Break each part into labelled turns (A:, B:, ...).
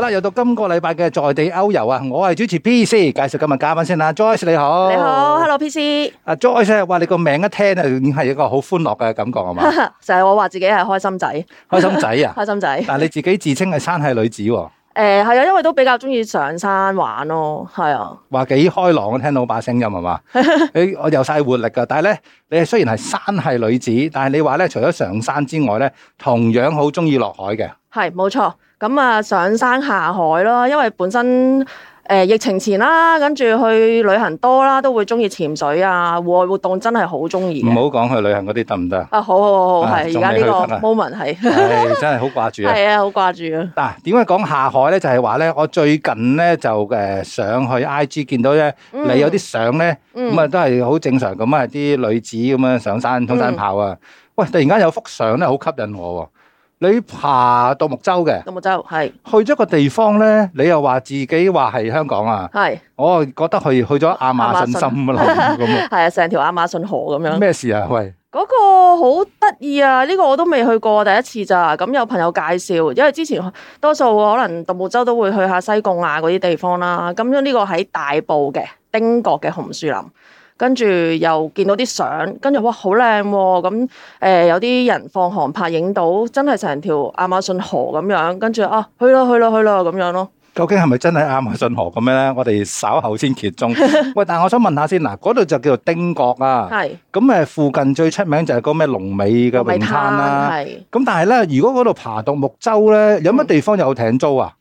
A: 啦，又到今個禮拜嘅在地歐遊啊！我係主持 P C，介紹今日嘉賓先啦，Joyce 你好。
B: 你好。，Hello PC，
A: 啊 Joyce，哇！你個名一聽啊，已經係一個好歡樂嘅感覺係 嘛？
B: 就係我話自己係開心仔，
A: 開心仔啊！
B: 開 心仔。誒
A: 但你自己自稱係山系女子喎，
B: 係啊，因為都比較中意上山玩咯，係啊，
A: 話幾開朗啊！聽到把聲音係 嘛？你我有晒活力㗎，但係咧，你係雖然係山系女子，但係你話咧，除咗上山之外咧，同樣好中意落海嘅。
B: 係冇錯。咁啊，上山下海咯，因為本身誒、呃疫情前啦，跟住去旅行多啦，都會中意潛水啊，戶外活動真係好中意
A: 唔
B: 嘅？
A: 好講去旅行嗰啲得唔得啊
B: 啊，好好好，
A: 啊
B: 係而
A: 仲
B: 家
A: 未
B: 呢
A: 去
B: 個
A: 得啊
B: moment 係
A: 係真係好掛住啊！
B: 係啊，好掛住啊，
A: 嗱，點解講下海咧？就係話咧，我最近咧就誒上去 IG 見到咧，
B: 嗯
A: 你有啲相咧，
B: 嗯
A: 咁啊都係好正常咁啊，啲女子咁樣上山通山炮啊。喂，突然間有幅相咧，好吸引我喎。你爬獨木舟嘅，
B: 獨木舟係
A: 去咗個地方咧，你又話自己話係香港啊？
B: 係
A: 我覺得去去咗亞馬遜森林 咁啊，
B: 係啊，成條亞馬遜河咁樣。
A: 咩事啊？喂，
B: 嗰個好得意啊！呢、個我都未去過，第一次咋。咁有朋友介紹，因為之前多數可能獨木舟都會去下西貢啊嗰啲地方啦。咁樣呢個喺大埔嘅丁角嘅紅樹林，跟住又見到啲相，跟住哇好靚喎！咁誒、呃有啲人放航拍影到，真係成條亞馬遜河咁樣，跟住啊去啦去啦去啦咁樣咯。
A: 究竟係咪真係亞馬遜河咁樣咧？我哋稍後先揭 盅。喂，但係我想問下先，嗱，嗰度就叫做丁角啊。
B: 係
A: 咁誒附近最出名就係嗰咩龍尾嘅
B: 咪
A: 泳灘啦。
B: 係。
A: 咁但係咧，如果嗰度爬獨木舟咧，有乜地方有艇租啊？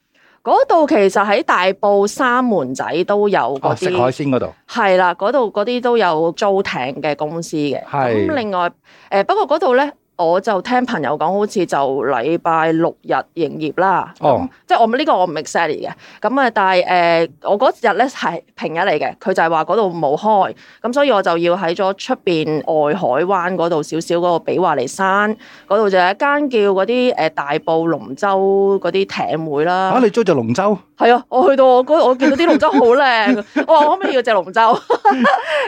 B: 嗰度其實喺大埔三門仔都有嗰
A: 哦，食
B: 啲、
A: 海鮮嗰度。
B: 係啦，嗰度嗰啲都有租艇嘅公司嘅。
A: 係
B: 咁另外誒、呃不過嗰度咧，我就聽朋友講，好似就禮拜六日營業啦。
A: 哦
B: 咁即係我呢個我唔 exactly 嘅。咁啊，但係誒、呃我嗰日咧係平日嚟嘅，佢就係話嗰度冇開，咁所以我就要喺咗出邊外海灣嗰度少少嗰個比華利山嗰度就有一間叫嗰啲誒大埔龍舟嗰啲艇會啦。
A: 啊，你租咗龍舟？
B: 係啊，我去到我嗰我見到啲龍舟好靚， 我話我可唔可以要隻龍舟？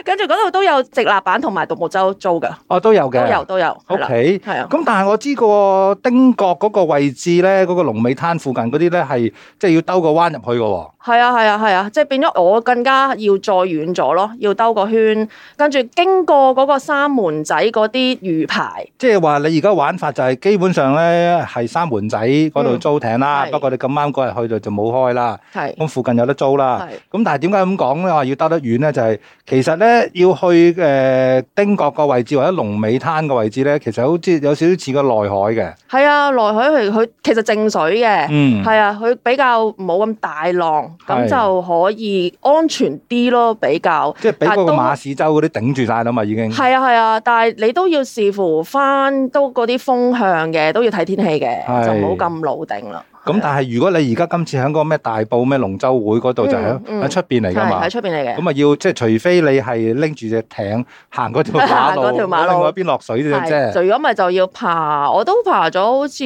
B: 跟住嗰度都有直立板同埋獨木舟租㗎，
A: 哦，都有
B: 都
A: 嘅。
B: 有都有，
A: O
B: 係啦，
A: K。
B: 係啊，
A: 咁但係我知個丁角嗰個位置咧，嗰、個龍尾灘附近嗰啲咧係即係要兜個彎入去嘅喎。
B: 係啊，係啊，係啊，即係變咗我更加要再遠咗咯，要兜個圈，跟住經過嗰個三門仔嗰啲魚排，
A: 即係話你而家玩法就係基本上咧係三門仔嗰度租艇啦，
B: 嗯係
A: 不過你咁啱嗰日去到就冇開啦，
B: 係
A: 咁附近有得租啦。
B: 係
A: 咁但係點解咁講咧？話要兜得遠咧，就係、其實咧要去誒、呃丁角個位置或者龍尾灘個位置咧，其實好似有少少似個內海嘅。
B: 係啊，內海佢佢其實靜水嘅。
A: 嗯，
B: 係啊，佢比較冇咁大浪，
A: 係
B: 咁就可以安全啲咯，比較。
A: 即係俾嗰
B: 但
A: 個
B: 都
A: 馬士洲嗰啲頂住晒啦嘛，已經。
B: 係啊係啊，但係你都要視乎翻都嗰啲風向嘅，都要睇天氣
A: 係
B: 嘅，就唔好咁老定啦。
A: 咁但係如果你而家今次喺嗰個咩大埔咩龍舟會嗰度就喺
B: 嗯嗯
A: 喺出邊嚟㗎
B: 係
A: 嘛
B: 喺。出邊嚟嘅，
A: 咁啊要即係除非你係拎住隻艇行嗰條馬
B: 行嗰
A: 路，
B: 條馬路
A: 另外一邊落水啫
B: 係
A: 啫。
B: 就如果咪就要爬，我都爬咗好似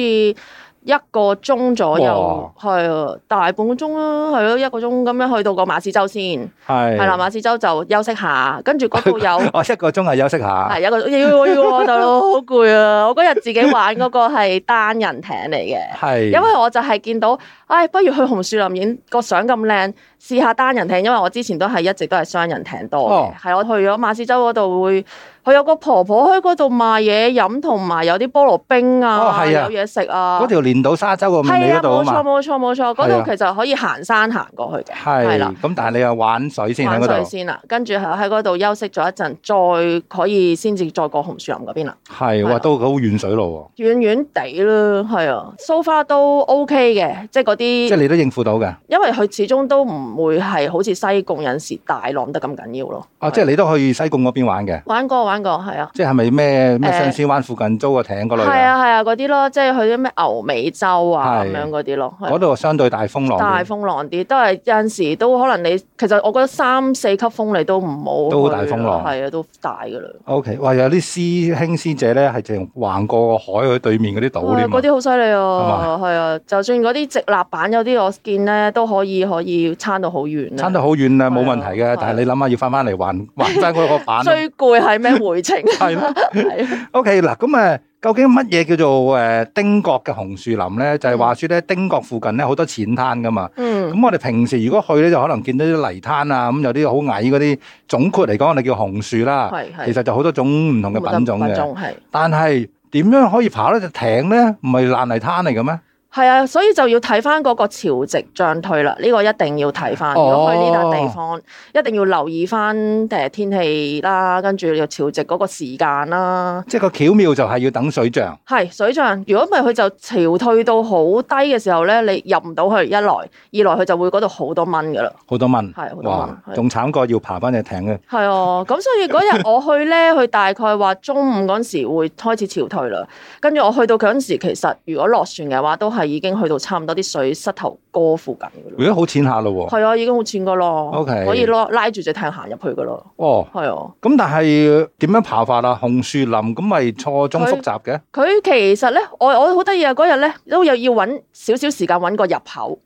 B: 一個鐘左右，係啊，大半個鐘啦，係咯，一個鐘咁樣去到個馬士洲先，
A: 係
B: 係啦，馬士洲就休息下，跟住嗰 度有。
A: 我一個鐘係休息下。
B: 係一個哎要要要，大佬好攰啊！我嗰日自己玩嗰個係單人艇嚟嘅，
A: 係。
B: 因為我就係見到，唉，不如去紅樹林影個相咁靚，試下單人艇，因為我之前都係一直都係雙人艇多
A: 哦
B: 嘅。係、我去咗馬士洲嗰度會，佢有個婆婆喺嗰度賣嘢飲，同埋有啲菠蘿冰啊，
A: 哦係啊
B: 有嘢食啊。
A: 嗰條連島沙洲個尾
B: 係
A: 嗰
B: 啊，
A: 度啊
B: 冇錯
A: 嘛。
B: 冇錯冇錯，嗰
A: 係啊
B: 度其實可以行山行過去嘅，係啦
A: 係。。咁但係你又玩水先喺
B: 玩
A: 嗰
B: 水
A: 度。
B: 先啦，跟住喺嗰度休息咗一陣，再可以先至再過紅樹林嗰邊啦。
A: 係，
B: 係
A: 哇，
B: 啦
A: 都好遠水路
B: 遠遠地啦，係啊，so far 都 OK 嘅，即係嗰
A: 喎，即係
B: 啲，
A: 你都應付到嘅。啊
B: 因為佢始終都唔會係好似西貢有陣時大浪得咁緊要咯。
A: 哦，即係你都去西貢嗰邊玩嘅，
B: 玩過玩過，係啊，
A: 即係係咪咩咩
B: 誒
A: 雙仙灣附近租個艇嗰類
B: 係
A: 啊？
B: 啊係啊，嗰啲咯，即係去啲咩牛尾洲啊
A: 係
B: 咁樣嗰啲咯，係
A: 嗰
B: 啊
A: 度相對大風浪
B: 大
A: 啲，
B: 風浪啲，都係有陣時都可能你其實我覺得三四級風你都唔好去啦，
A: 都好大風浪
B: 係啊，都大噶啦。
A: O K，哇！有啲師兄師姐咧係直情橫過個海去對面嗰啲島
B: 哇
A: 添
B: 哦嗰
A: 啊，
B: 啲好犀利
A: 嘛
B: 啊，係啊，就算嗰啲直立板有啲我見咧都可以可以撐到好遠啊
A: 撐到好遠啊，冇問題
B: 係
A: 嘅
B: 啊。
A: 但係你諗下要翻翻 嚟還還翻嗰個板啊，
B: 最攰係咩回程？ 啊
A: 係啦。
B: 係
A: O K，嗱咁誒，究竟乜嘢叫做誒丁角嘅紅樹林咧？就係、話説咧，丁角附近咧好多淺灘噶嘛。
B: 嗯，
A: 咁我哋平時如果去咧，就可能見到啲泥灘啊，咁有啲好矮嗰啲，總括嚟講，我哋叫紅樹啦。
B: 係係。
A: 啊其實就好多種唔同嘅品種
B: 品
A: 嘅。
B: 種係
A: 但係點樣可以爬到只艇咧？唔係爛泥灘嚟嘅咩？
B: 係啊，所以就要睇翻嗰個潮汐漲退啦，呢、個一定要睇翻。如果去呢笪地方，一定要留意翻誒天氣啦，跟住又潮汐嗰個時間啦。
A: 即係個巧妙就係要等水漲。
B: 係水漲，如果唔係佢就潮退到好低嘅時候咧，你入唔到去，一來二來佢就會嗰度好多蚊噶啦。
A: 好多蚊，
B: 係好多蚊
A: 哇，
B: 係
A: 仲慘過要爬翻只艇嘅。
B: 係啊，咁所以嗰日我去咧，佢大概話中午嗰陣時會開始潮退啦。跟住我去到嗰陣時，其實如果落船嘅話，都係已經去到差唔多啲水膝頭哥附近噶啦。
A: 如果好淺下咯喎，
B: 係啊，已經好淺噶咯
A: OK
B: 可以咯，拉住隻艇行入去噶咯，
A: 哦，
B: 係啊。
A: 咁但係點樣爬法啊？紅樹林咁咪錯綜複雜嘅，
B: 佢其實咧，我我好得意啊！嗰日咧都有要揾少少時間揾個入口，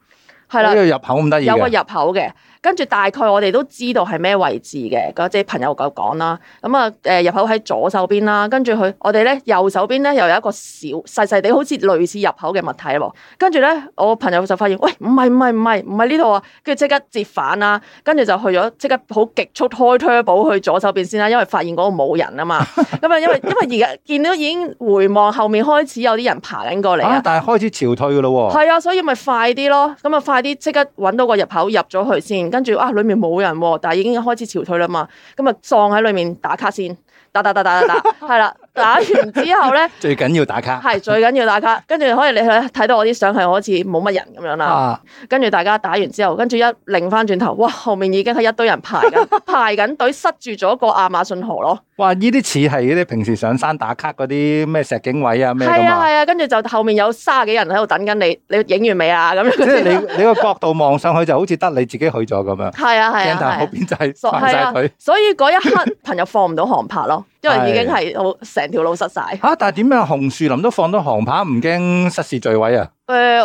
B: 係啦
A: 呢，個入口咁得意
B: 有個
A: 嘅，
B: 入口嘅，跟住大概我哋都知道係咩位置嘅，嗰隻朋友咁講啦。咁啊誒入口喺左手邊啦，跟住佢我哋咧右手邊咧又有一個小細細地好似類似入口嘅物體喎。跟住咧我朋友就發現，喂唔係唔係唔係唔係呢度啊，跟住即刻折返啦，跟住就去咗即刻好極速開 turbo 去左手邊先啦，因為發現嗰度冇人 啊嘛。咁啊因為因為而家見到已經回望後面開始有啲人爬緊過嚟啊
A: 啊，。但係開始潮退嘅咯喎，
B: 係啊，所以咪快啲咯，咁啊快啲即刻揾到個入口入咗去先，跟住啊裏面冇人喎，但係已經開始潮退啦嘛，咁啊喪喺裏面打卡先，打打打打 打打，係啦，打完之後咧
A: 最緊要打卡
B: 係最緊要打卡，跟住可以你睇睇到我啲相係好似冇乜人咁樣啦，
A: 啊，
B: 跟住大家打完之後，跟住一擰翻轉頭，哇後面已經係一堆人排 緊排緊隊，塞住咗個亞馬遜河咯。
A: 哇，呢啲似係嗰啲平時上山打卡嗰啲咩石景位啊咩
B: 係
A: 咁
B: 啊
A: 啊，
B: 係啊，跟住就後面有卅幾人喺度等緊你，你影完未啊？咁樣
A: 即
B: 嗰
A: 係
B: 啲。
A: 你你個角度望上去就好似得你自己去咗咁樣，
B: 係啊 係
A: 鏡
B: 啊係
A: 頭
B: 啊
A: 後。邊就
B: 所
A: 係
B: 係
A: 埋晒
B: 啊
A: 佢。
B: 所以嗰一刻朋友放唔到航拍 咯，因為已經係好成條路塞晒。誒、
A: 啊！但係點樣紅樹林都放到航拍，唔驚失事墜毀啊？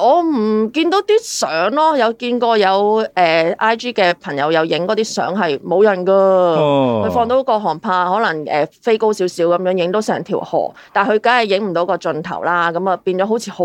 B: 我唔見到啲相咯，有見過有誒、I G 嘅朋友有影嗰啲相係冇人噶，佢、
A: 哦，
B: 放到個航拍可能誒、飛高少少咁樣影到成條河，但係佢梗係影唔到個盡頭啦，咁啊變咗好似好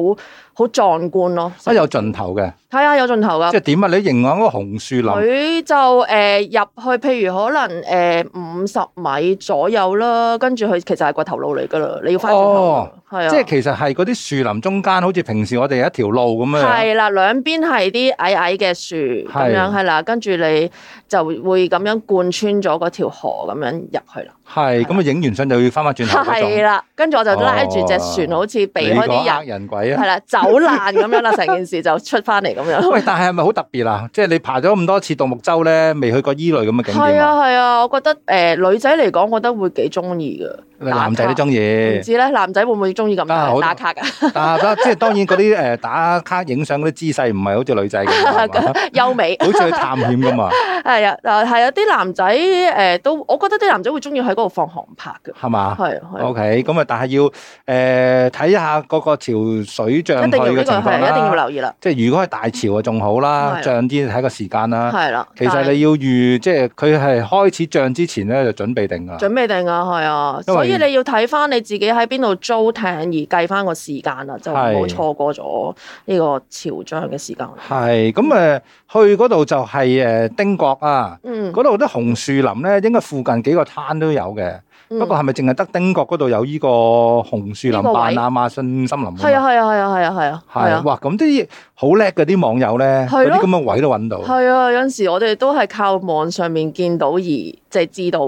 B: 好壯觀咯。
A: 啊有盡頭嘅，
B: 係啊，有盡頭噶
A: 即係。點啊？你形容嗰個紅樹林。
B: 佢就誒、呃入去，譬如可能誒五十米左右啦，跟住佢其實係個頭路嚟㗎啦，你要翻轉頭
A: 哦
B: 㗎，係、
A: 即係
B: 啊。
A: 其實係嗰啲樹林中間，好似平時我哋有一條路咁樣。
B: 係啊啦，兩邊係啲矮矮嘅樹咁
A: 係
B: 樣係啦，跟住你就會咁樣貫穿咗嗰條河咁樣入去啦。
A: 係咁啊！影完相就要翻翻轉頭嗰種。
B: 係啦，跟住我就拉住隻船，
A: 哦
B: 好似避
A: 你
B: 開
A: 個
B: 啲
A: 呃
B: 人，
A: 人鬼啊！
B: 係啦，走難咁樣啦，成件事就出翻嚟咁樣。
A: 喂，但係係咪好特別啊？即係你爬咗咁多次獨木舟咧，未去過依類咁嘅景
B: 係
A: 點啊？
B: 啊係啊，我覺得誒、呃女仔嚟講，我覺得會幾中意㗎。
A: 男仔都中意，
B: 唔知咧，男仔會唔會中意咁
A: 啊好
B: 打
A: 多
B: 打卡㗎？
A: 但係即係當然嗰啲誒打卡影相嗰啲姿勢唔係好似女 仔咁係 嘛，
B: 優美
A: 好似去探險咁啊，
B: 係啊，嗱係啊，啲男仔誒、都，我覺得啲男仔會中意喺嗰度放航拍嘅，
A: 係 嘛
B: 係啊係
A: O
B: 啊。
A: K，咁啊，但係要誒睇下嗰個潮水漲
B: 一
A: 去
B: 定要
A: 嘅
B: 呢個
A: 情況
B: 係
A: 啦。
B: 一定要留意啦，
A: 即係如果係大潮啊，仲好啦，
B: 係
A: 漲啲睇個時間啦。
B: 係啦。
A: 啊其實你要預，即係佢係開始漲之前咧，就準備定㗎
B: 但係
A: 啦。
B: 準備定啊，係啊，
A: 因為
B: 所以你要睇翻你自己喺邊度租艇而計翻個時間啊啦，就唔好
A: 係
B: 錯過咗呢個潮漲嘅時間。
A: 係咁誒，去嗰度就係誒丁角啊，
B: 嗯，
A: 嗰度啲紅樹林咧，應該附近幾個灘都有嘅。
B: 嗯
A: 不過係咪淨係得丁角嗰度有呢個紅樹林
B: 呢個位
A: 扮亞馬遜森林㗎嘛？
B: 係啊，係啊，係啊，係啊，係啊，係
A: 係啊
B: 啊，
A: 哇！咁啲好叻嗰啲網友咧，
B: 係
A: 嗰
B: 咯
A: 啲咁嘅位都揾到。
B: 係啊，有陣時我哋都係靠網上面見到而即係知道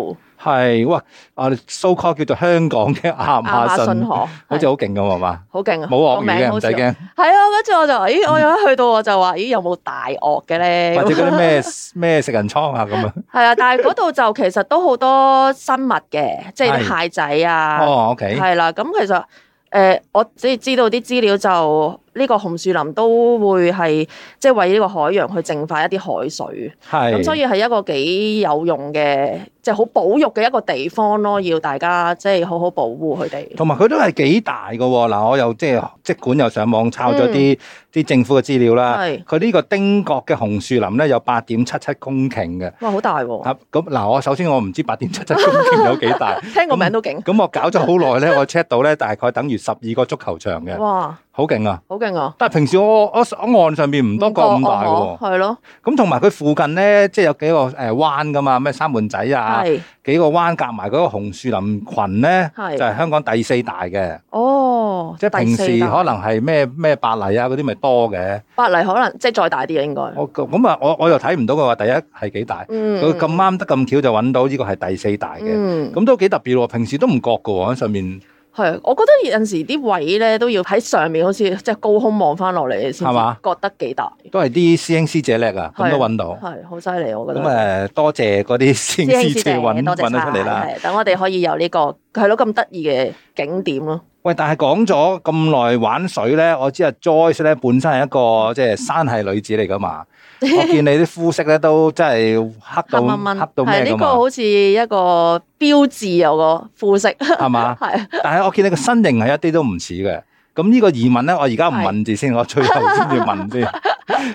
A: 係哇！我哋 so call 叫做香港嘅亞
B: 亞
A: 馬
B: 馬遜
A: 遜，
B: 河，
A: 好似好勁咁係嘛？
B: 好勁啊！
A: 冇鱷魚
B: 個名
A: 嘅，
B: 好
A: 唔
B: 似
A: 使驚。
B: 係啊，跟住我就咦，我有一去到我就話咦，有冇大鱷嘅咧？
A: 嗯或者
B: 咁
A: 嗰啲咩咩食人倉啊咁啊。
B: 係啊，但係嗰度就其實都好多生物嘅，即係啲
A: 係
B: 蟹仔 啊，
A: 哦，OK，
B: 係啦。咁其實誒，我只係知道啲資料就呢個紅樹林都會係即係為呢個海洋去淨化一啲海水，
A: 係
B: 咁所以係一個幾有用嘅就好保育嘅一個地方
A: 嗯
B: 咯，要大家即係好好保護佢哋。
A: 同埋佢都係幾大嘅喎，嗱，我又即係即管又上網抄咗啲啲政府嘅資料啦。
B: 嗯係，
A: 佢呢個丁角嘅紅樹林咧有八點七七公頃嘅，
B: 哇，好大喎！
A: 啊咁嗱，我首先我唔知八點七七公頃有幾大，
B: 聽個名都勁，
A: 咁我搞咗好耐咧，我 check 到咧大概等於十二個足球場嘅，
B: 哇，
A: 好勁啊！
B: 好勁啊！
A: 但係平時我我我岸上邊唔多覺咁大
B: 哦
A: 嘅喎，
B: 係咯，
A: 咁同埋佢附近咧即係有幾個誒灣噶嘛，咩三門仔啊，
B: 係，
A: 幾個灣夾埋嗰個紅樹林群咧，
B: 係
A: 就係香港第四大嘅。
B: 哦，
A: 即係
B: 第
A: 平
B: 四
A: 時
B: 大
A: 可能係咩咩白泥啊嗰啲咪多嘅，
B: 白泥可能即係再大啲啊，應該。
A: 我咁啊我我又睇唔到佢話第一係幾大，
B: 嗯，
A: 佢咁啱得咁巧就揾到呢個係第四大嘅，
B: 嗯，
A: 咁都幾特別喎，平時都唔覺嘅喎喺上面
B: 係，我覺得有陣時啲位咧都要喺上面，好似即係高空望翻落嚟先至
A: 係嘛
B: 覺得幾大，
A: 都係啲師兄師姐叻啊，咁
B: 係
A: 都揾到，
B: 係好犀利，我覺
A: 咁
B: 得。
A: 誒多謝嗰啲師兄師姐揾
B: 多謝
A: 揾得出
B: 晒
A: 嚟啦。
B: 係等我哋可以有呢、個係咯咁得意嘅景點咯。
A: 喂，但係講咗咁耐玩水咧，我知啊 Joyce 咧本身係一
B: 嗯
A: 個即係山系女子嚟噶嘛，我見你啲膚色咧都真係黑
B: 黑
A: 到
B: 蚊蚊，
A: 黑到咩
B: 係
A: 㗎
B: 呢個
A: 嘛，
B: 好似一個標誌有個膚色，
A: 係嘛？
B: 係
A: 但係我見你個身形係一啲都唔似嘅。咁呢個疑問咧，我而家唔問住先，我最後先至問 先。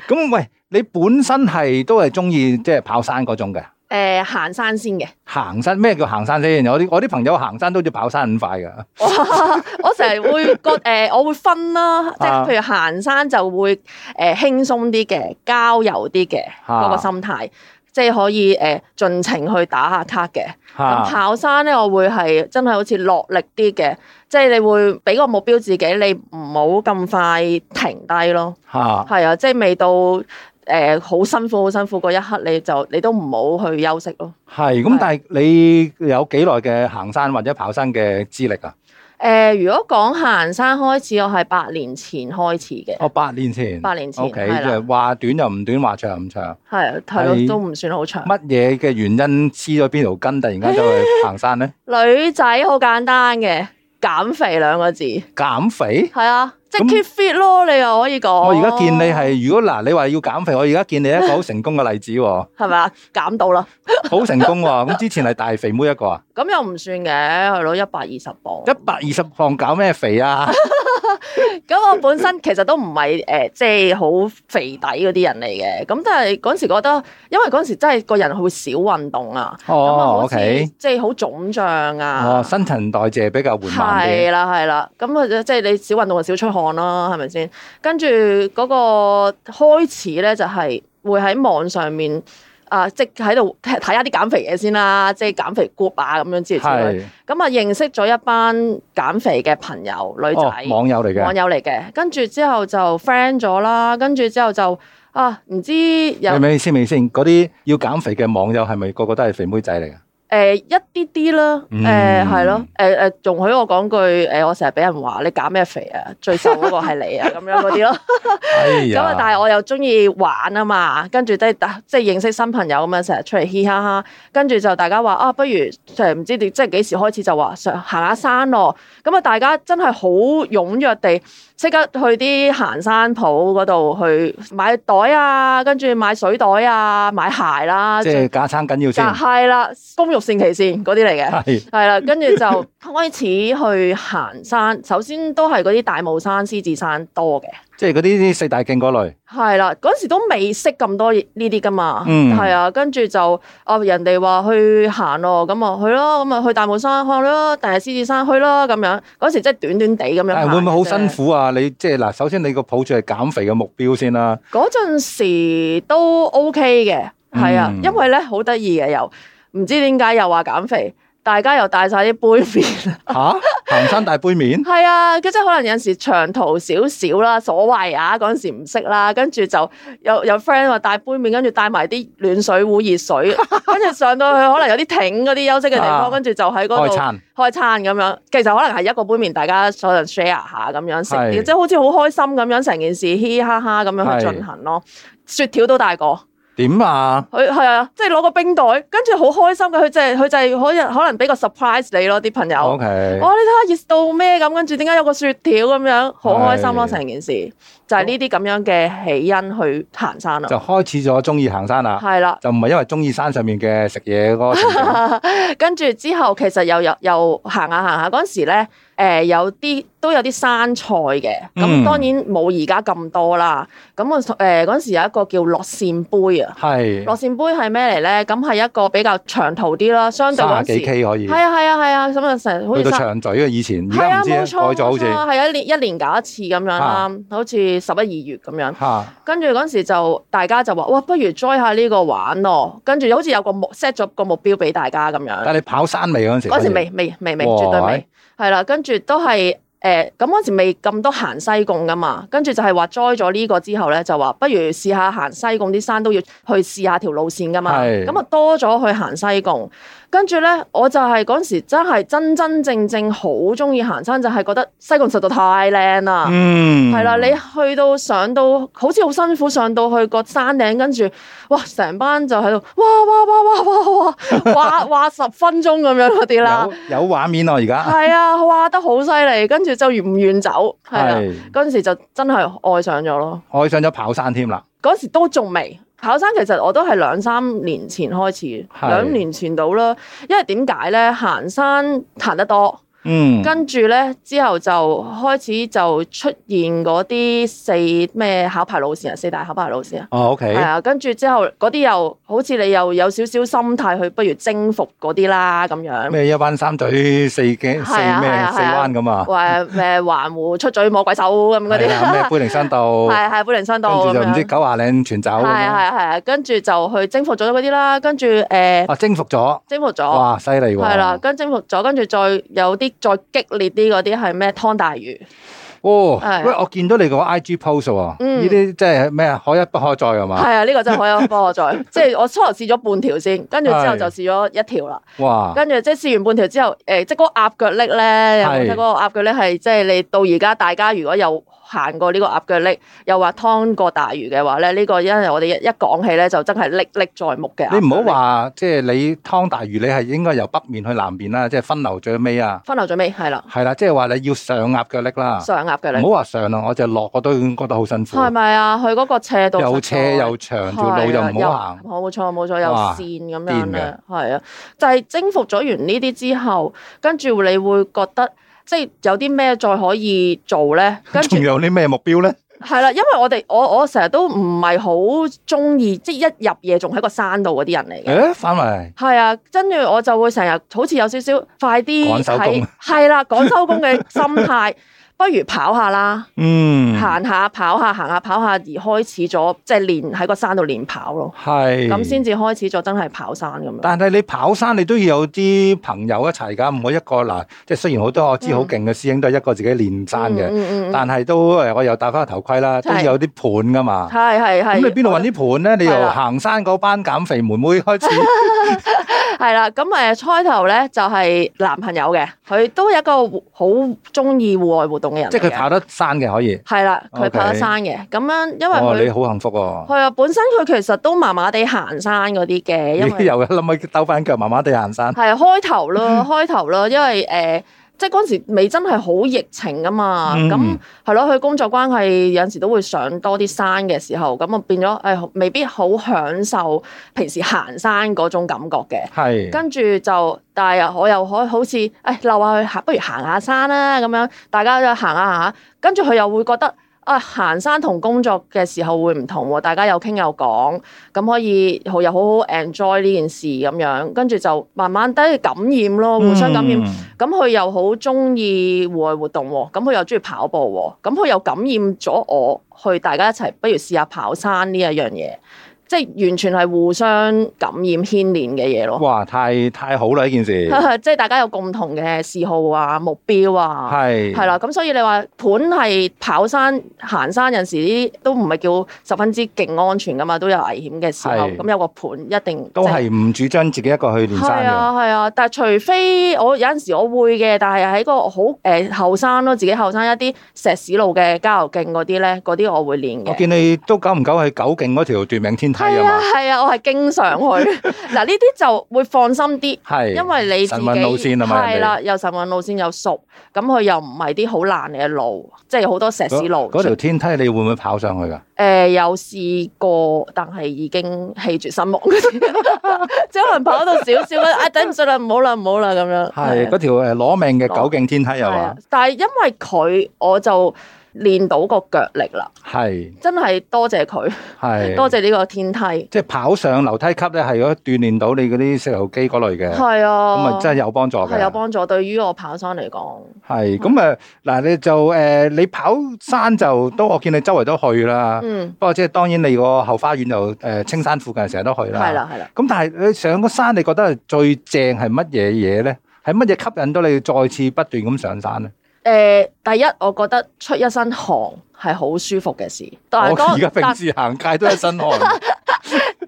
A: 咁喂，你本身係都係中意即係跑山嗰種嘅，
B: 誒行山先嘅。
A: 行山咩叫行山先？我啲我啲朋友行山都好似跑山咁快㗎。
B: 我成日會覺誒、我會分啦，即係譬如行山就會誒、輕鬆啲嘅，郊遊啲嘅
A: 啊
B: 嗰個心態。即係可以誒、盡情去打下卡嘅，咁、
A: 嚇
B: 跑山咧，我會係真係好似落力啲嘅，即係你會俾個目標自己，你唔好咁快停低咯。
A: 嚇
B: 係啊，即係未到誒好、辛苦、好辛苦嗰一刻，你就你都唔好去休息咯。
A: 係
B: 係
A: 咁，但係你有幾耐嘅行山或者跑山嘅資歷啊？
B: 誒、如果講行山開始，我係八年前開始嘅，
A: 我八年前。
B: 八年前
A: O K，
B: 係
A: 即
B: 啦
A: 係話短又唔短，話長又唔長。
B: 係係
A: 係
B: 咯，都唔算好長。
A: 乜嘢嘅原因黐咗邊條筋，突然間走去行山 咧？
B: 女仔好簡單嘅，減肥兩個字，係
A: 減肥？
B: 啊，即係
A: 咁
B: keep fit 咯，你又可以講。
A: 我而家見你係，如果嗱，你話要減肥，我而家見你一個好成功嘅例子 喎，
B: 係咪啊？減到啦，
A: 好成功喎。咁之前係大肥妹一個啊，
B: 咁又唔算嘅，係咯，一百二十磅。
A: 一百二十磅搞咩肥啊？
B: 咁我本身其 實都唔係誒，即係好肥底嗰啲人嚟嘅。咁但係嗰陣時覺得，因為嗰陣時真係個人會少運動啊，咁啊
A: 哦
B: 好似
A: ，OK，
B: 即係好腫脹
A: 哦，
B: 啊。
A: 新陳代謝比較緩慢
B: 係
A: 啲，
B: 啦，係啦，咁啊，即係你少運動就少出汗啦，係咪先？跟住嗰個開始咧，就係、會喺網上面啊，即係喺度 睇睇下啲減肥嘢先啦，即係減肥 group 啊咁樣之類之類。
A: 係
B: 咁啊，認識咗一班減肥嘅朋友女仔。
A: 哦，網友嚟
B: 網
A: 嘅，
B: 友嚟嘅，跟住之後就 friend 咗啦，跟住之後就啊，唔知有
A: 係
B: 誒、
A: 咪先？咪先？嗰啲要減肥嘅網友係咪個個都係肥妹仔嚟嘅？
B: 呃一啲啲啦，
A: 嗯
B: 誒係咯，誒誒容許我講句誒、我成日俾人話你減咩肥啊，最瘦嗰個係你啊，咁樣嗰 啲咯。
A: 哎
B: 咁啊，但
A: 呀，
B: 係我又中意玩啊嘛，跟住即係即係認識新朋友咁樣，成日出嚟嘻哈哈，跟住就大家話啊，不如誒唔知點即係幾時開始就話上行下山咯。咁啊，大家真係好踴躍地即刻去啲行山鋪嗰度去買袋啊，跟住買水袋啊，買鞋啦，
A: 即係架撐緊要先，啊
B: 係啦，工欲善其事嗰啲嚟嘅。
A: 係
B: 係啦，跟住就 開始去行山。首先都係嗰啲大帽山、獅子山多嘅。
A: 即係嗰啲四大徑嗰類，
B: 係啦，嗰時都未識咁多呢啲噶嘛，係、
A: 嗯
B: 啊，跟住就哦人哋話去行咯，咁啊去咯，咁啊去大帽山去咯，定係獅子山去咯咁樣。嗰時真係短短地 咁樣
A: 但
B: 行。
A: 係會唔會好辛？苦啊？你即係嗱，首先你個抱住係減肥嘅目標 先啦，
B: 嗰陣時都 OK 嘅，係啊，
A: 嗯
B: 因為咧好得意嘅又唔知點解又話減肥，大家又帶晒啲杯麵，
A: 吓行山大杯麵。
B: 係啊，佢即係可能有陣時長途少少啦，所謂啊嗰陣時唔識啦，跟住就有有 friend 話帶杯麵，跟住帶埋啲暖水壺、熱水， 跟住上到去可能有啲艇嗰啲休息嘅 地
A: 啊
B: 方，跟住就喺嗰
A: 開
B: 度
A: 餐
B: 開餐咁樣。其實可能係一個杯麵，大家可能 share 下咁樣食，
A: 係
B: 即係好似好開心咁樣，成件事嘻嘻哈哈咁樣去
A: 係
B: 進行咯。雪條都大個，
A: 點啊？
B: 佢係啊，即係攞個冰袋，跟住好開心嘅。佢就係佢就係可能可能俾個 surprise 你咯，啲朋友。
A: O
B: 哦，你
A: K，
B: 睇下熱到咩咁，跟住點解有個雪條咁樣，好開心咯！
A: 係
B: 成件事就係呢啲咁樣嘅起因去行山啦
A: 就，啊開始咗中意行山 啦，
B: 係啦。
A: 就唔係因為中意山上面嘅食嘢嗰個 情景
B: 跟住之後，其實又又又行下行下嗰陣時咧，誒、有啲都有啲生菜嘅，
A: 嗯
B: 咁當然冇而家咁多啦。咁我誒嗰陣時有一個叫落扇杯啊，落
A: 係
B: 扇杯係咩嚟咧？咁係一個比較長途啲啦，相對嗰
A: 三十幾
B: 陣時
A: K 可以，
B: 係啊係啊係啊，咁啊成好
A: 去
B: 似
A: 到
B: 三
A: 長嘴嘅以前，而
B: 係
A: 家
B: 啊
A: 唔知
B: 冇
A: 改
B: 錯冇
A: 咗好
B: 錯，啊
A: 似
B: 係一年一年搞一次咁樣啦
A: 啊，
B: 好似十一二月咁樣。
A: 嚇
B: 跟住嗰陣時就大家就話：哇，不如 join 下呢個玩咯。跟住好似有個目 set 咗個目標俾大家咁樣。
A: 但係你跑山未嗰陣時，
B: 嗰時未未未未，
A: 哇
B: 絕對未係啦。跟住都係誒咁嗰時未咁多行西貢噶嘛，跟住就係話 join 咗呢個之後咧，就話不如試下行西貢啲山都要去試下條路線噶嘛。
A: 係
B: 咁啊多咗去行西貢，跟住咧我就係嗰時真係真真正正好中意行山，就係、覺得西貢實在太靚啦。
A: 嗯，
B: 係啦，你去到上到好似好辛苦，上到去個山頂，跟住哇，成班就喺度哇哇哇哇哇哇哇哇十分鐘咁樣嗰啲啦，
A: 有有畫面咯，而家
B: 係啊，哇得好犀利，跟住就唔願走，係啊，
A: 係
B: 嗰陣時就真係愛上咗咯。
A: 愛上咗跑山添啦，
B: 嗰時都仲未跑山，其實我都係兩三年前開始，
A: 係
B: 兩年前到啦。因為點解咧？行山行得多。
A: 嗯，
B: 跟住咧之後就開始就出現嗰啲四咩考牌路線啊，四大考牌路線啊。
A: 哦 OK，
B: 係啊，跟住之後嗰啲又好似你又有少少心態去，不如征服嗰啲啦咁樣。
A: 咩一彎三嘴四嘅四
B: 係啊
A: 咩
B: 係啊
A: 四彎咁啊，
B: 話誒環湖出嘴摸鬼手咁嗰
A: 係 啊咩
B: 啲，
A: 杯靈山道，
B: 係係本靈山
A: 跟
B: 道
A: 住
B: 咁
A: 就唔知
B: 樣。
A: 九華嶺全走咁樣，
B: 係係係啊，跟住就去征服咗嗰啲啦，跟住誒
A: 啊征服咗，
B: 征服咗，
A: 哇犀利喎，
B: 哦係啦，，跟征服咗，跟住再有啲再激烈啲嗰啲係咩湯大魚，
A: 哦，
B: 係
A: 喂我見到你個 IG post 喎，
B: 嗯
A: 呢啲即係咩啊，可一不可再係嘛，
B: 係啊，呢個真係可有可 無在，即係我初頭試咗半條先，跟住之後
A: 係
B: 就試咗一條啦，
A: 哇，
B: 跟住即係試完半條之後，誒、即係嗰個鴨腳拎咧，有冇
A: 係
B: 睇嗰個鴨腳拎係即係你到而家大家如果有行過呢個鴨腳拎，又話劏過大魚嘅話咧，呢、個因為我哋一一講起咧，就真係歷歷在目嘅。
A: 你唔好話即係你湯大魚，你係應該由北面去南面啦，即係分流最尾啊，
B: 分流最尾係啦，
A: 係啦，即係話你要上鴨腳力啦，
B: 上鴨
A: 啊
B: 腳
A: 唔
B: 拎
A: 好話上啦，我就落我都已經覺得好辛苦，
B: 係咪啊？佢嗰個斜度
A: 又
B: 實在
A: 斜又長，條路又唔好行。
B: 係啊啊又冇錯冇錯，有
A: 哇
B: 線咁
A: 癲
B: 樣
A: 嘅
B: 咧，係啊，就係、征服咗完呢啲之後，跟住你會覺得即係有啲咩再可以 做咧？跟住
A: 仲有啲咩目標 咧？
B: 係啦，因為我哋我我成日都唔係好中意，即係一入夜仲喺個山度嗰啲人嚟嘅。
A: 誒，反為
B: 係啊，跟住我就會成日好似有少少快啲
A: 趕收工
B: 喺係啦，趕收工嘅心態， 不如跑下啦，
A: 嗯，
B: 行下跑下，行下跑下而開始咗，即係練喺個山度練跑咯。
A: 係
B: 咁先。至開始咗真係跑山咁樣。
A: 但係你跑山，你都要有啲朋友一齊㗎，唔可以一個嗱。即係雖然好多我知好勁嘅師兄都係一個自己練山嘅，
B: 嗯嗯嗯，
A: 但係都誒，我又戴翻個頭盔啦，都
B: 係
A: 要有啲伴㗎嘛。
B: 係係係。
A: 咁你邊度揾啲伴咧？你
B: 係
A: 由
B: 啦
A: 行山嗰班減肥妹妹開 始，
B: 係啦，咁誒初頭咧就係男朋友嘅，佢都係一個好中意戶外活動嘅人嚟嘅。
A: 即係佢跑得山嘅可以。
B: 係啦，佢
A: OK
B: 跑得山嘅，咁樣因
A: 哦，你
B: 為佢
A: 好幸福喎！
B: 係啊，本身佢其實都麻麻地行山嗰啲嘅，因
A: 你
B: 為
A: 又諗起兜翻腳，麻麻地行 山。
B: 係啊開頭咯，開頭咯，因為誒。呃即係嗰陣時未真係好疫情噶嘛，
A: 嗯
B: 咁係咯，佢工作關係有陣時都會上多啲山嘅時候，咁我變咗誒、哎未必好享受平時行山嗰種感覺嘅。
A: 係，
B: 跟住就，但係又我又可以好似，誒溜下去行，不如行下山啦咁樣，大家就行下行下，跟住佢又會覺得啊，行山同工作嘅時候會唔同喎，大家有傾有講，咁可以好又好好 enjoy 呢件事咁樣，跟住就慢慢得感染咯，互相感染。
A: 嗯。
B: 咁佢又好中意戶外活動喎，咁佢又中意跑步喎，咁佢又感染咗我去大家一齊，不如試下跑山呢一樣嘢，即係完全係互相感染牽連嘅嘢咯。
A: 哇！太太好啦呢 件事，
B: 即係大家有共同嘅嗜好啊、目標啊，
A: 係
B: 係啦。咁所以你話盤係跑山、行山有陣時啲都唔係叫十分之勁安全噶嘛，都有危險嘅時候。
A: 係
B: 咁有個盤一定
A: 都係唔主張自己一個去
B: 即
A: 練
B: 係
A: 山
B: 係
A: 嘅。
B: 啊係啊，但係除非我有陣時我會嘅，但係喺個好誒後生咯，自己後生一啲石屎路嘅郊遊徑嗰啲咧，嗰啲我會練
A: 我
B: 嘅。
A: 見你都久唔久去九徑嗰條奪命天梯梯啊
B: 啊
A: 嘛，
B: 係啊，我係經常去。 嗱呢啲就會放心啲，
A: 係
B: 因為你自
A: 神
B: 己
A: 韻路線啊嘛人哋
B: 係啦，又神韻路線又熟，咁佢又唔係啲好爛嘅路，即係好多石屎路。
A: 嗰嗰條天梯你會唔會跑上去㗎？
B: 誒、有試過，但係已經氣絕身亡， 即係可能跑到少少咧，啊頂唔順啦，唔好啦，唔好啦咁樣。啊
A: 係嗰條誒攞命嘅九徑天梯又
B: 係
A: 話
B: 啊，但係因為佢，我就練到個腳力啦，
A: 係
B: 真係多謝佢，
A: 係
B: 多謝呢個天梯。
A: 即係跑上樓梯級咧，係如果鍛鍊到你嗰啲石油肌嗰類嘅，
B: 係
A: 咁
B: 啊，
A: 啊真係有幫助嘅。
B: 係有幫助，對於我跑山嚟講，
A: 係咁啊嗱，你就誒、呃你跑山就都我見你周圍都去啦。
B: 嗯，
A: 不過即係當然你個後花園就誒、呃青山附近成日都去啦。
B: 係。啦係啦。
A: 咁但係你上個山，你覺得係最正係乜嘢嘢咧？係乜嘢吸引到你再次不斷咁上山咧？
B: 誒、呃第一我覺得出一身汗係好舒服嘅事，但係
A: 我哦而家平
B: 當
A: 時行街都一身汗，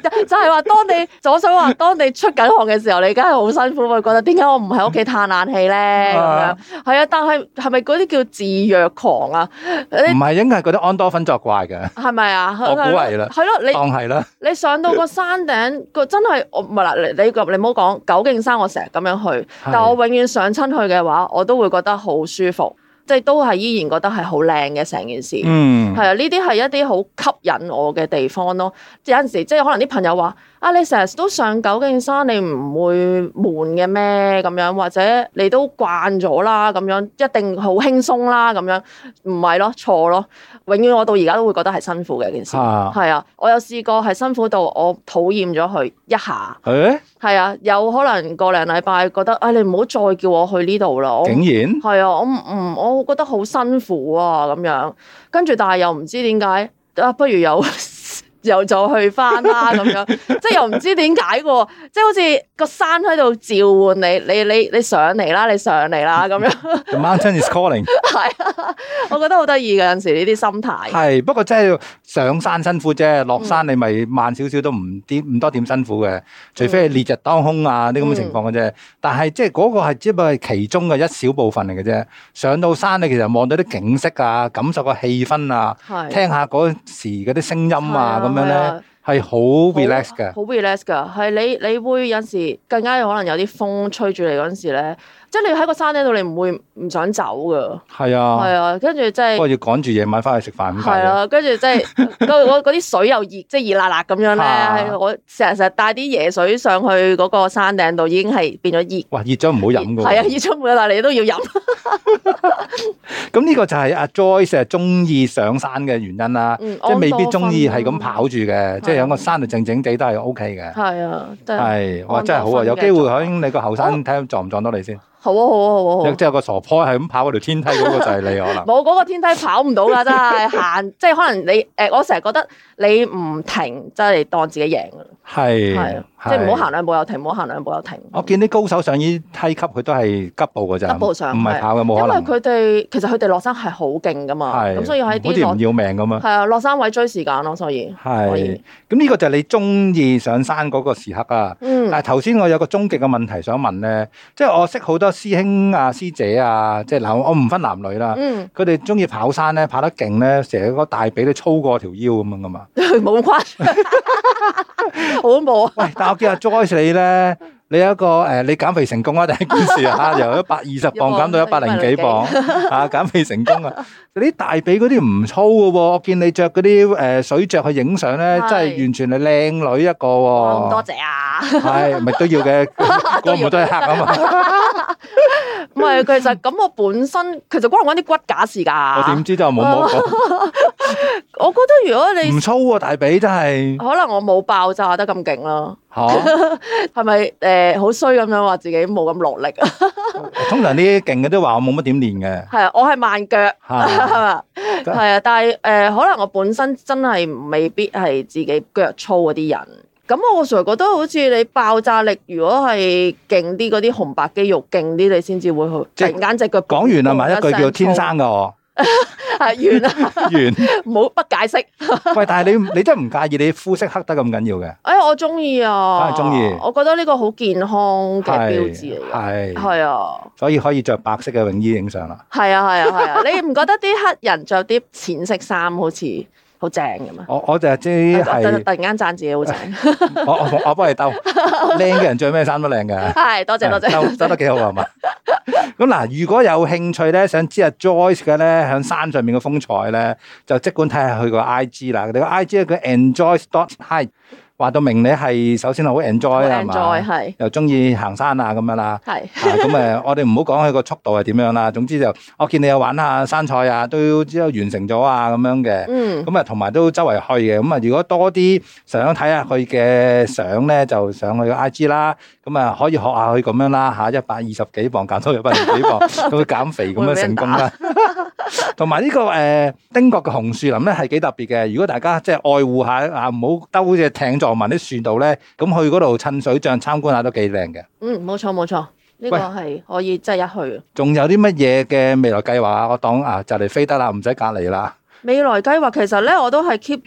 B: 但 就係話當你，就我想話當你出緊汗嘅時候，你梗係好辛苦，會覺得點解我唔喺屋企嘆冷氣咧？咁
A: 啊
B: 樣係啊，但係係咪嗰啲叫自虐狂啊？
A: 唔係應該係嗰啲安多芬作怪嘅，
B: 係咪啊？
A: 我估係啦
B: 係咯，你
A: 當係啦。
B: 你上到個山頂，個真係我唔係啦，你你你唔好講九徑山，我成日咁樣去，但我永遠上親去嘅話，我都會覺得好舒服，即係都係依然覺得係好靚嘅成件事。
A: 嗯，
B: 係啊，呢啲係一啲好吸引我嘅地方咯。有陣時即係可能啲朋友話：啊，你成日都上九徑山，你唔會悶嘅咩？咁樣或者你都慣咗啦，咁樣一定好輕鬆啦，咁樣唔係咯，錯咯。永遠我到而家都會覺得係辛苦嘅一件事。
A: 啊
B: 係啊，我有試過係辛苦到我討厭咗佢一下。
A: 誒，
B: 係啊，有可能個零禮拜覺得，唉、你唔好再叫我去呢度啦，我唔
A: 竟然
B: 係啊，我唔唔，我覺得好辛苦啊咁樣，跟住但係又唔知點解啊，不如又 又就去翻啦咁樣，即係又唔知點解喎，即係好似個山喺度召喚你，你你你上嚟啦，你上嚟啦咁樣，
A: the mountain is calling。
B: 係啊，我覺得好得意嘅有陣時呢啲心態，
A: 係，不過真係上山辛苦啫，落
B: 嗯
A: 山你咪慢少少都唔啲唔多點辛苦嘅，除非係烈日當空啊啲咁
B: 嗯
A: 嘅情況嘅啫。但係即係嗰個係只不過係其中嘅一小部分嚟嘅啫。上到山你其實望到啲景色啊，感受個氣氛啊，
B: 係
A: 聽下嗰時嗰啲聲音
B: 係啊
A: 啊咁樣
B: 係
A: 咧
B: 啊，
A: 係好 relax 嘅。
B: 好 relax 㗎，係你你會有陣時更加有可能有啲風吹住你嗰陣時咧，即係你喺個山頂度你唔會唔想走㗎，
A: 係
B: 係
A: 啊，
B: 啊，跟住即
A: 不
B: 係。
A: 過要趕住夜晚翻去食飯咁
B: 係
A: 解啫。
B: 啊，跟住即係嗰嗰嗰啲水又熱， 即係熱辣辣咁樣咧。
A: 啊
B: 我成日成日帶啲椰水上去嗰個山頂度，已經係變咗熱。
A: 哇！熱咗唔好飲㗎
B: 係啊，
A: 喎。
B: 熱出門但係你都要飲。
A: 咁呢個就係阿 Joyce 啊，中意上山嘅原因啦。
B: 嗯
A: 即係未必中意係
B: 安
A: 咁
B: 多芬
A: 跑住嘅，即係有個山度靜靜地都係 O K 嘅。
B: 係啊，真係
A: 係，哇！
B: 安多芬
A: 真係好啊！
B: 嘅
A: 有機會
B: 狀
A: 可能你個後生睇下撞唔撞到你先。
B: 好啊，好啊，好啊，好啊
A: 即。係有個傻婆係咁跑嗰條天梯嗰個就係你可能。
B: 冇嗰個天梯跑唔到㗎，真係行 即係可能你呃誒，我成日覺得你唔停，真係當自己贏㗎啦。係
A: 係哦
B: 啊，即係唔好行。兩步又停，唔好行兩步又停。
A: 我見啲高手上呢梯級，佢都係急步㗎咋，
B: 急步上
A: 唔係
B: 係
A: 跑嘅，冇
B: 因
A: 可
B: 為
A: 能。
B: 佢哋其實佢哋落山係好勁㗎嘛，咁所以喺
A: 好
B: 啲
A: 似
B: 落
A: 唔要命咁啊。
B: 係啊落山位追時間咯，所以 可
A: 係
B: 以，
A: 咁呢個就係你中意上山嗰個時刻啊。
B: 嗯。
A: 但係頭先我有個終極嘅問題想問咧，即係我識好多師兄啊、師姐啊，即係嗱，我唔分男女啦。
B: 嗯，
A: 佢哋中意跑山咧，跑得勁咧，成日個大髀都粗過條腰咁樣 噶嘛。
B: 冇咁 誇張，好恐怖啊！
A: 喂，但我見阿 Joyce 你咧，你有一個誒、呃你減肥成功啊，第一件事啊，由一百二十磅減到一百零幾磅 啊，減肥成功啊！你啲大髀嗰啲唔粗噶喎，我見你着嗰啲誒水着去影相咧，真
B: 係
A: 係完全係靚女一個喎、
B: 咁多謝啊！
A: 係咪都要 嘅？過門都係黑啊嘛，
B: 唔係，其實咁我本身其實關唔關啲骨架事㗎？
A: 我點知就冇冇講，
B: 我覺得如果你
A: 唔粗喎、大髀真係
B: 可能我冇爆炸得咁勁啦，
A: 嚇。
B: 係咪誒好衰咁樣話自己冇咁落力啊？
A: 通常啲勁嘅都話我冇乜點練嘅
B: 係啊，我係慢腳。
A: 嚇。
B: 係嘛？ 係啊，但係誒、呃可能我本身真係未必係自己腳粗嗰啲人。咁我成日覺得好似你爆炸力，如果係勁啲嗰啲紅白肌肉勁啲，你先至會去
A: 即係
B: 突然間隻腳
A: 講完啦，咪一句叫天
B: 砰
A: 生嘅我
B: 一聲 粗係完啦，
A: 完。喂，
B: 唔好不解釋。
A: 但係你你真係唔介意你膚色黑得咁緊要嘅，
B: 哎呀，我中意啊，
A: 啊中意
B: 我覺得呢個好健康嘅標誌嚟嘅，
A: 係係，
B: 係啊，
A: 所以可以着白色嘅泳衣影相啦。
B: 係啊，係啊，係啊，你唔覺得啲黑人着啲淺色衫好似？好正咁啊！
A: 我我就係知
B: 突
A: 係
B: 突然間讚自己好正，
A: 我我我幫你 兜，靚嘅人着咩衫都靚嘅。
B: 係多謝多謝。
A: 兜兜得幾好啊係嘛？咁嗱，如果有興趣咧，想知阿 Joyce 嘅咧，響山上面嘅風采咧，就即管睇下佢個 I G 啦。佢個 I G 佢 enjoy dot high，話到明你係首先好 enjoy 係
B: enjoy
A: 嘛，
B: 係
A: 又中意行山啊咁樣啦。
B: 係
A: 啊，咁誒，我哋唔好講佢個速度係點樣啦。總之就，我見你有玩下山賽啊，都之後完成咗啊咁樣嘅。
B: 嗯
A: 咁啊，同埋都周圍去嘅。咁啊，如果多啲想睇下佢嘅相咧，就上去 I G 啦。咁啊，可以學下佢咁樣啦嚇，一百二十幾磅減到一百零幾磅，咁佢減肥咁樣成功啦。同埋呢個誒、呃英國嘅紅樹林咧係幾特別嘅。如果大家即係愛護下啊，唔好兜只艇撞埋啲樹度咧，咁去嗰度趁水漲參觀下都幾靚嘅。
B: 嗯，冇錯冇錯，呢個
A: 喂
B: 係可以即係一去。
A: 仲有啲乜嘢嘅未來計劃啊？我當啊就嚟飛得啦，唔使隔離啦。
B: 未來計劃其實咧，我都係 keep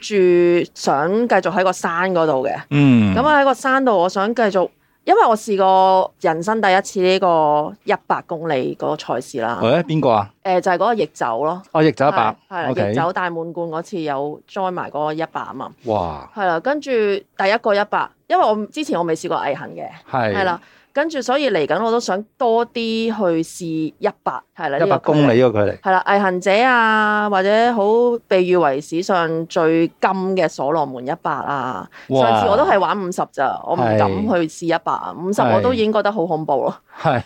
B: 住想繼續喺個山嗰度嘅。
A: 嗯，
B: 咁啊喺個山度，我想繼續，因為我試過人生第一次呢個一百公里嗰個賽事啦。誒、
A: 喂，邊個啊？
B: 就係嗰個逆走咯，
A: 我逆走一百
B: 係啦，
A: ，OK
B: 逆走大滿貫嗰次有 join 埋嗰個一百啊嘛，
A: 哇，
B: 係啦，跟住第一個一百，因為我之前我未試過毅行嘅，
A: 係
B: 係啦，跟住所以嚟緊我都想多啲去試一百，係啦，呢個
A: 一百公
B: 距離
A: 里嗰個距離。
B: 係啦，毅行者啊，或者好被譽為史上最金嘅所羅門一百啊。
A: 哇
B: 上次我都係玩五十咋，我唔
A: 係
B: 敢去試一百啊，五十
A: 係
B: 我都已經覺得好恐怖咯。
A: 係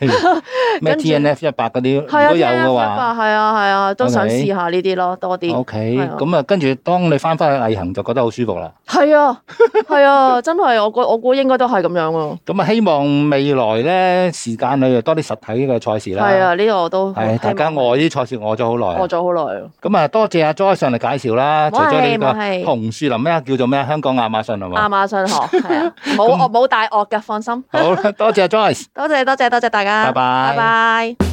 A: 咩
B: 跟住
A: TNF 一百嗰啲，如
B: 係啊，
A: 果有嘅
B: 一百
A: 話
B: 係啊係啊，都想
A: OK
B: 試下呢啲咯，多啲。
A: ，OK，
B: 係啊
A: 咁啊，跟住當你翻返去毅行就覺得好舒服啦。
B: 係啊係啊，真係我估我估應該都係咁樣咯。
A: 咁啊，希望未來咧時間你就多啲實體嘅賽事啦。
B: 係啊，呢個我都
A: 係大家
B: 我
A: 餓呢啲賽事餓咗好耐啊
B: 餓。咗好耐咯。
A: 咁啊，多謝阿 Joy 上嚟介紹啦。除
B: 冇
A: 咗
B: 係
A: 你個
B: 冇係
A: 紅樹林咩叫做咩？香港亞馬遜係
B: 亞
A: 嘛？
B: 馬遜河係 啊，冇
A: 咁
B: 惡冇大惡嘅，放心。
A: 好，多謝阿 Joyce。
B: 多謝多謝多謝大家，
A: 拜拜
B: 拜拜。